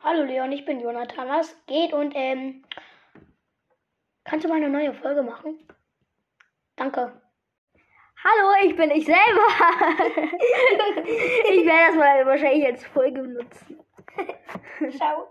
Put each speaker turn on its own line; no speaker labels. Hallo Leon, ich bin Jonathan. Was geht? Und ähm, kannst du mal eine neue Folge machen? Danke.
Hallo, ich bin ich selber. ich werde das mal wahrscheinlich als Folge benutzen.
Ciao.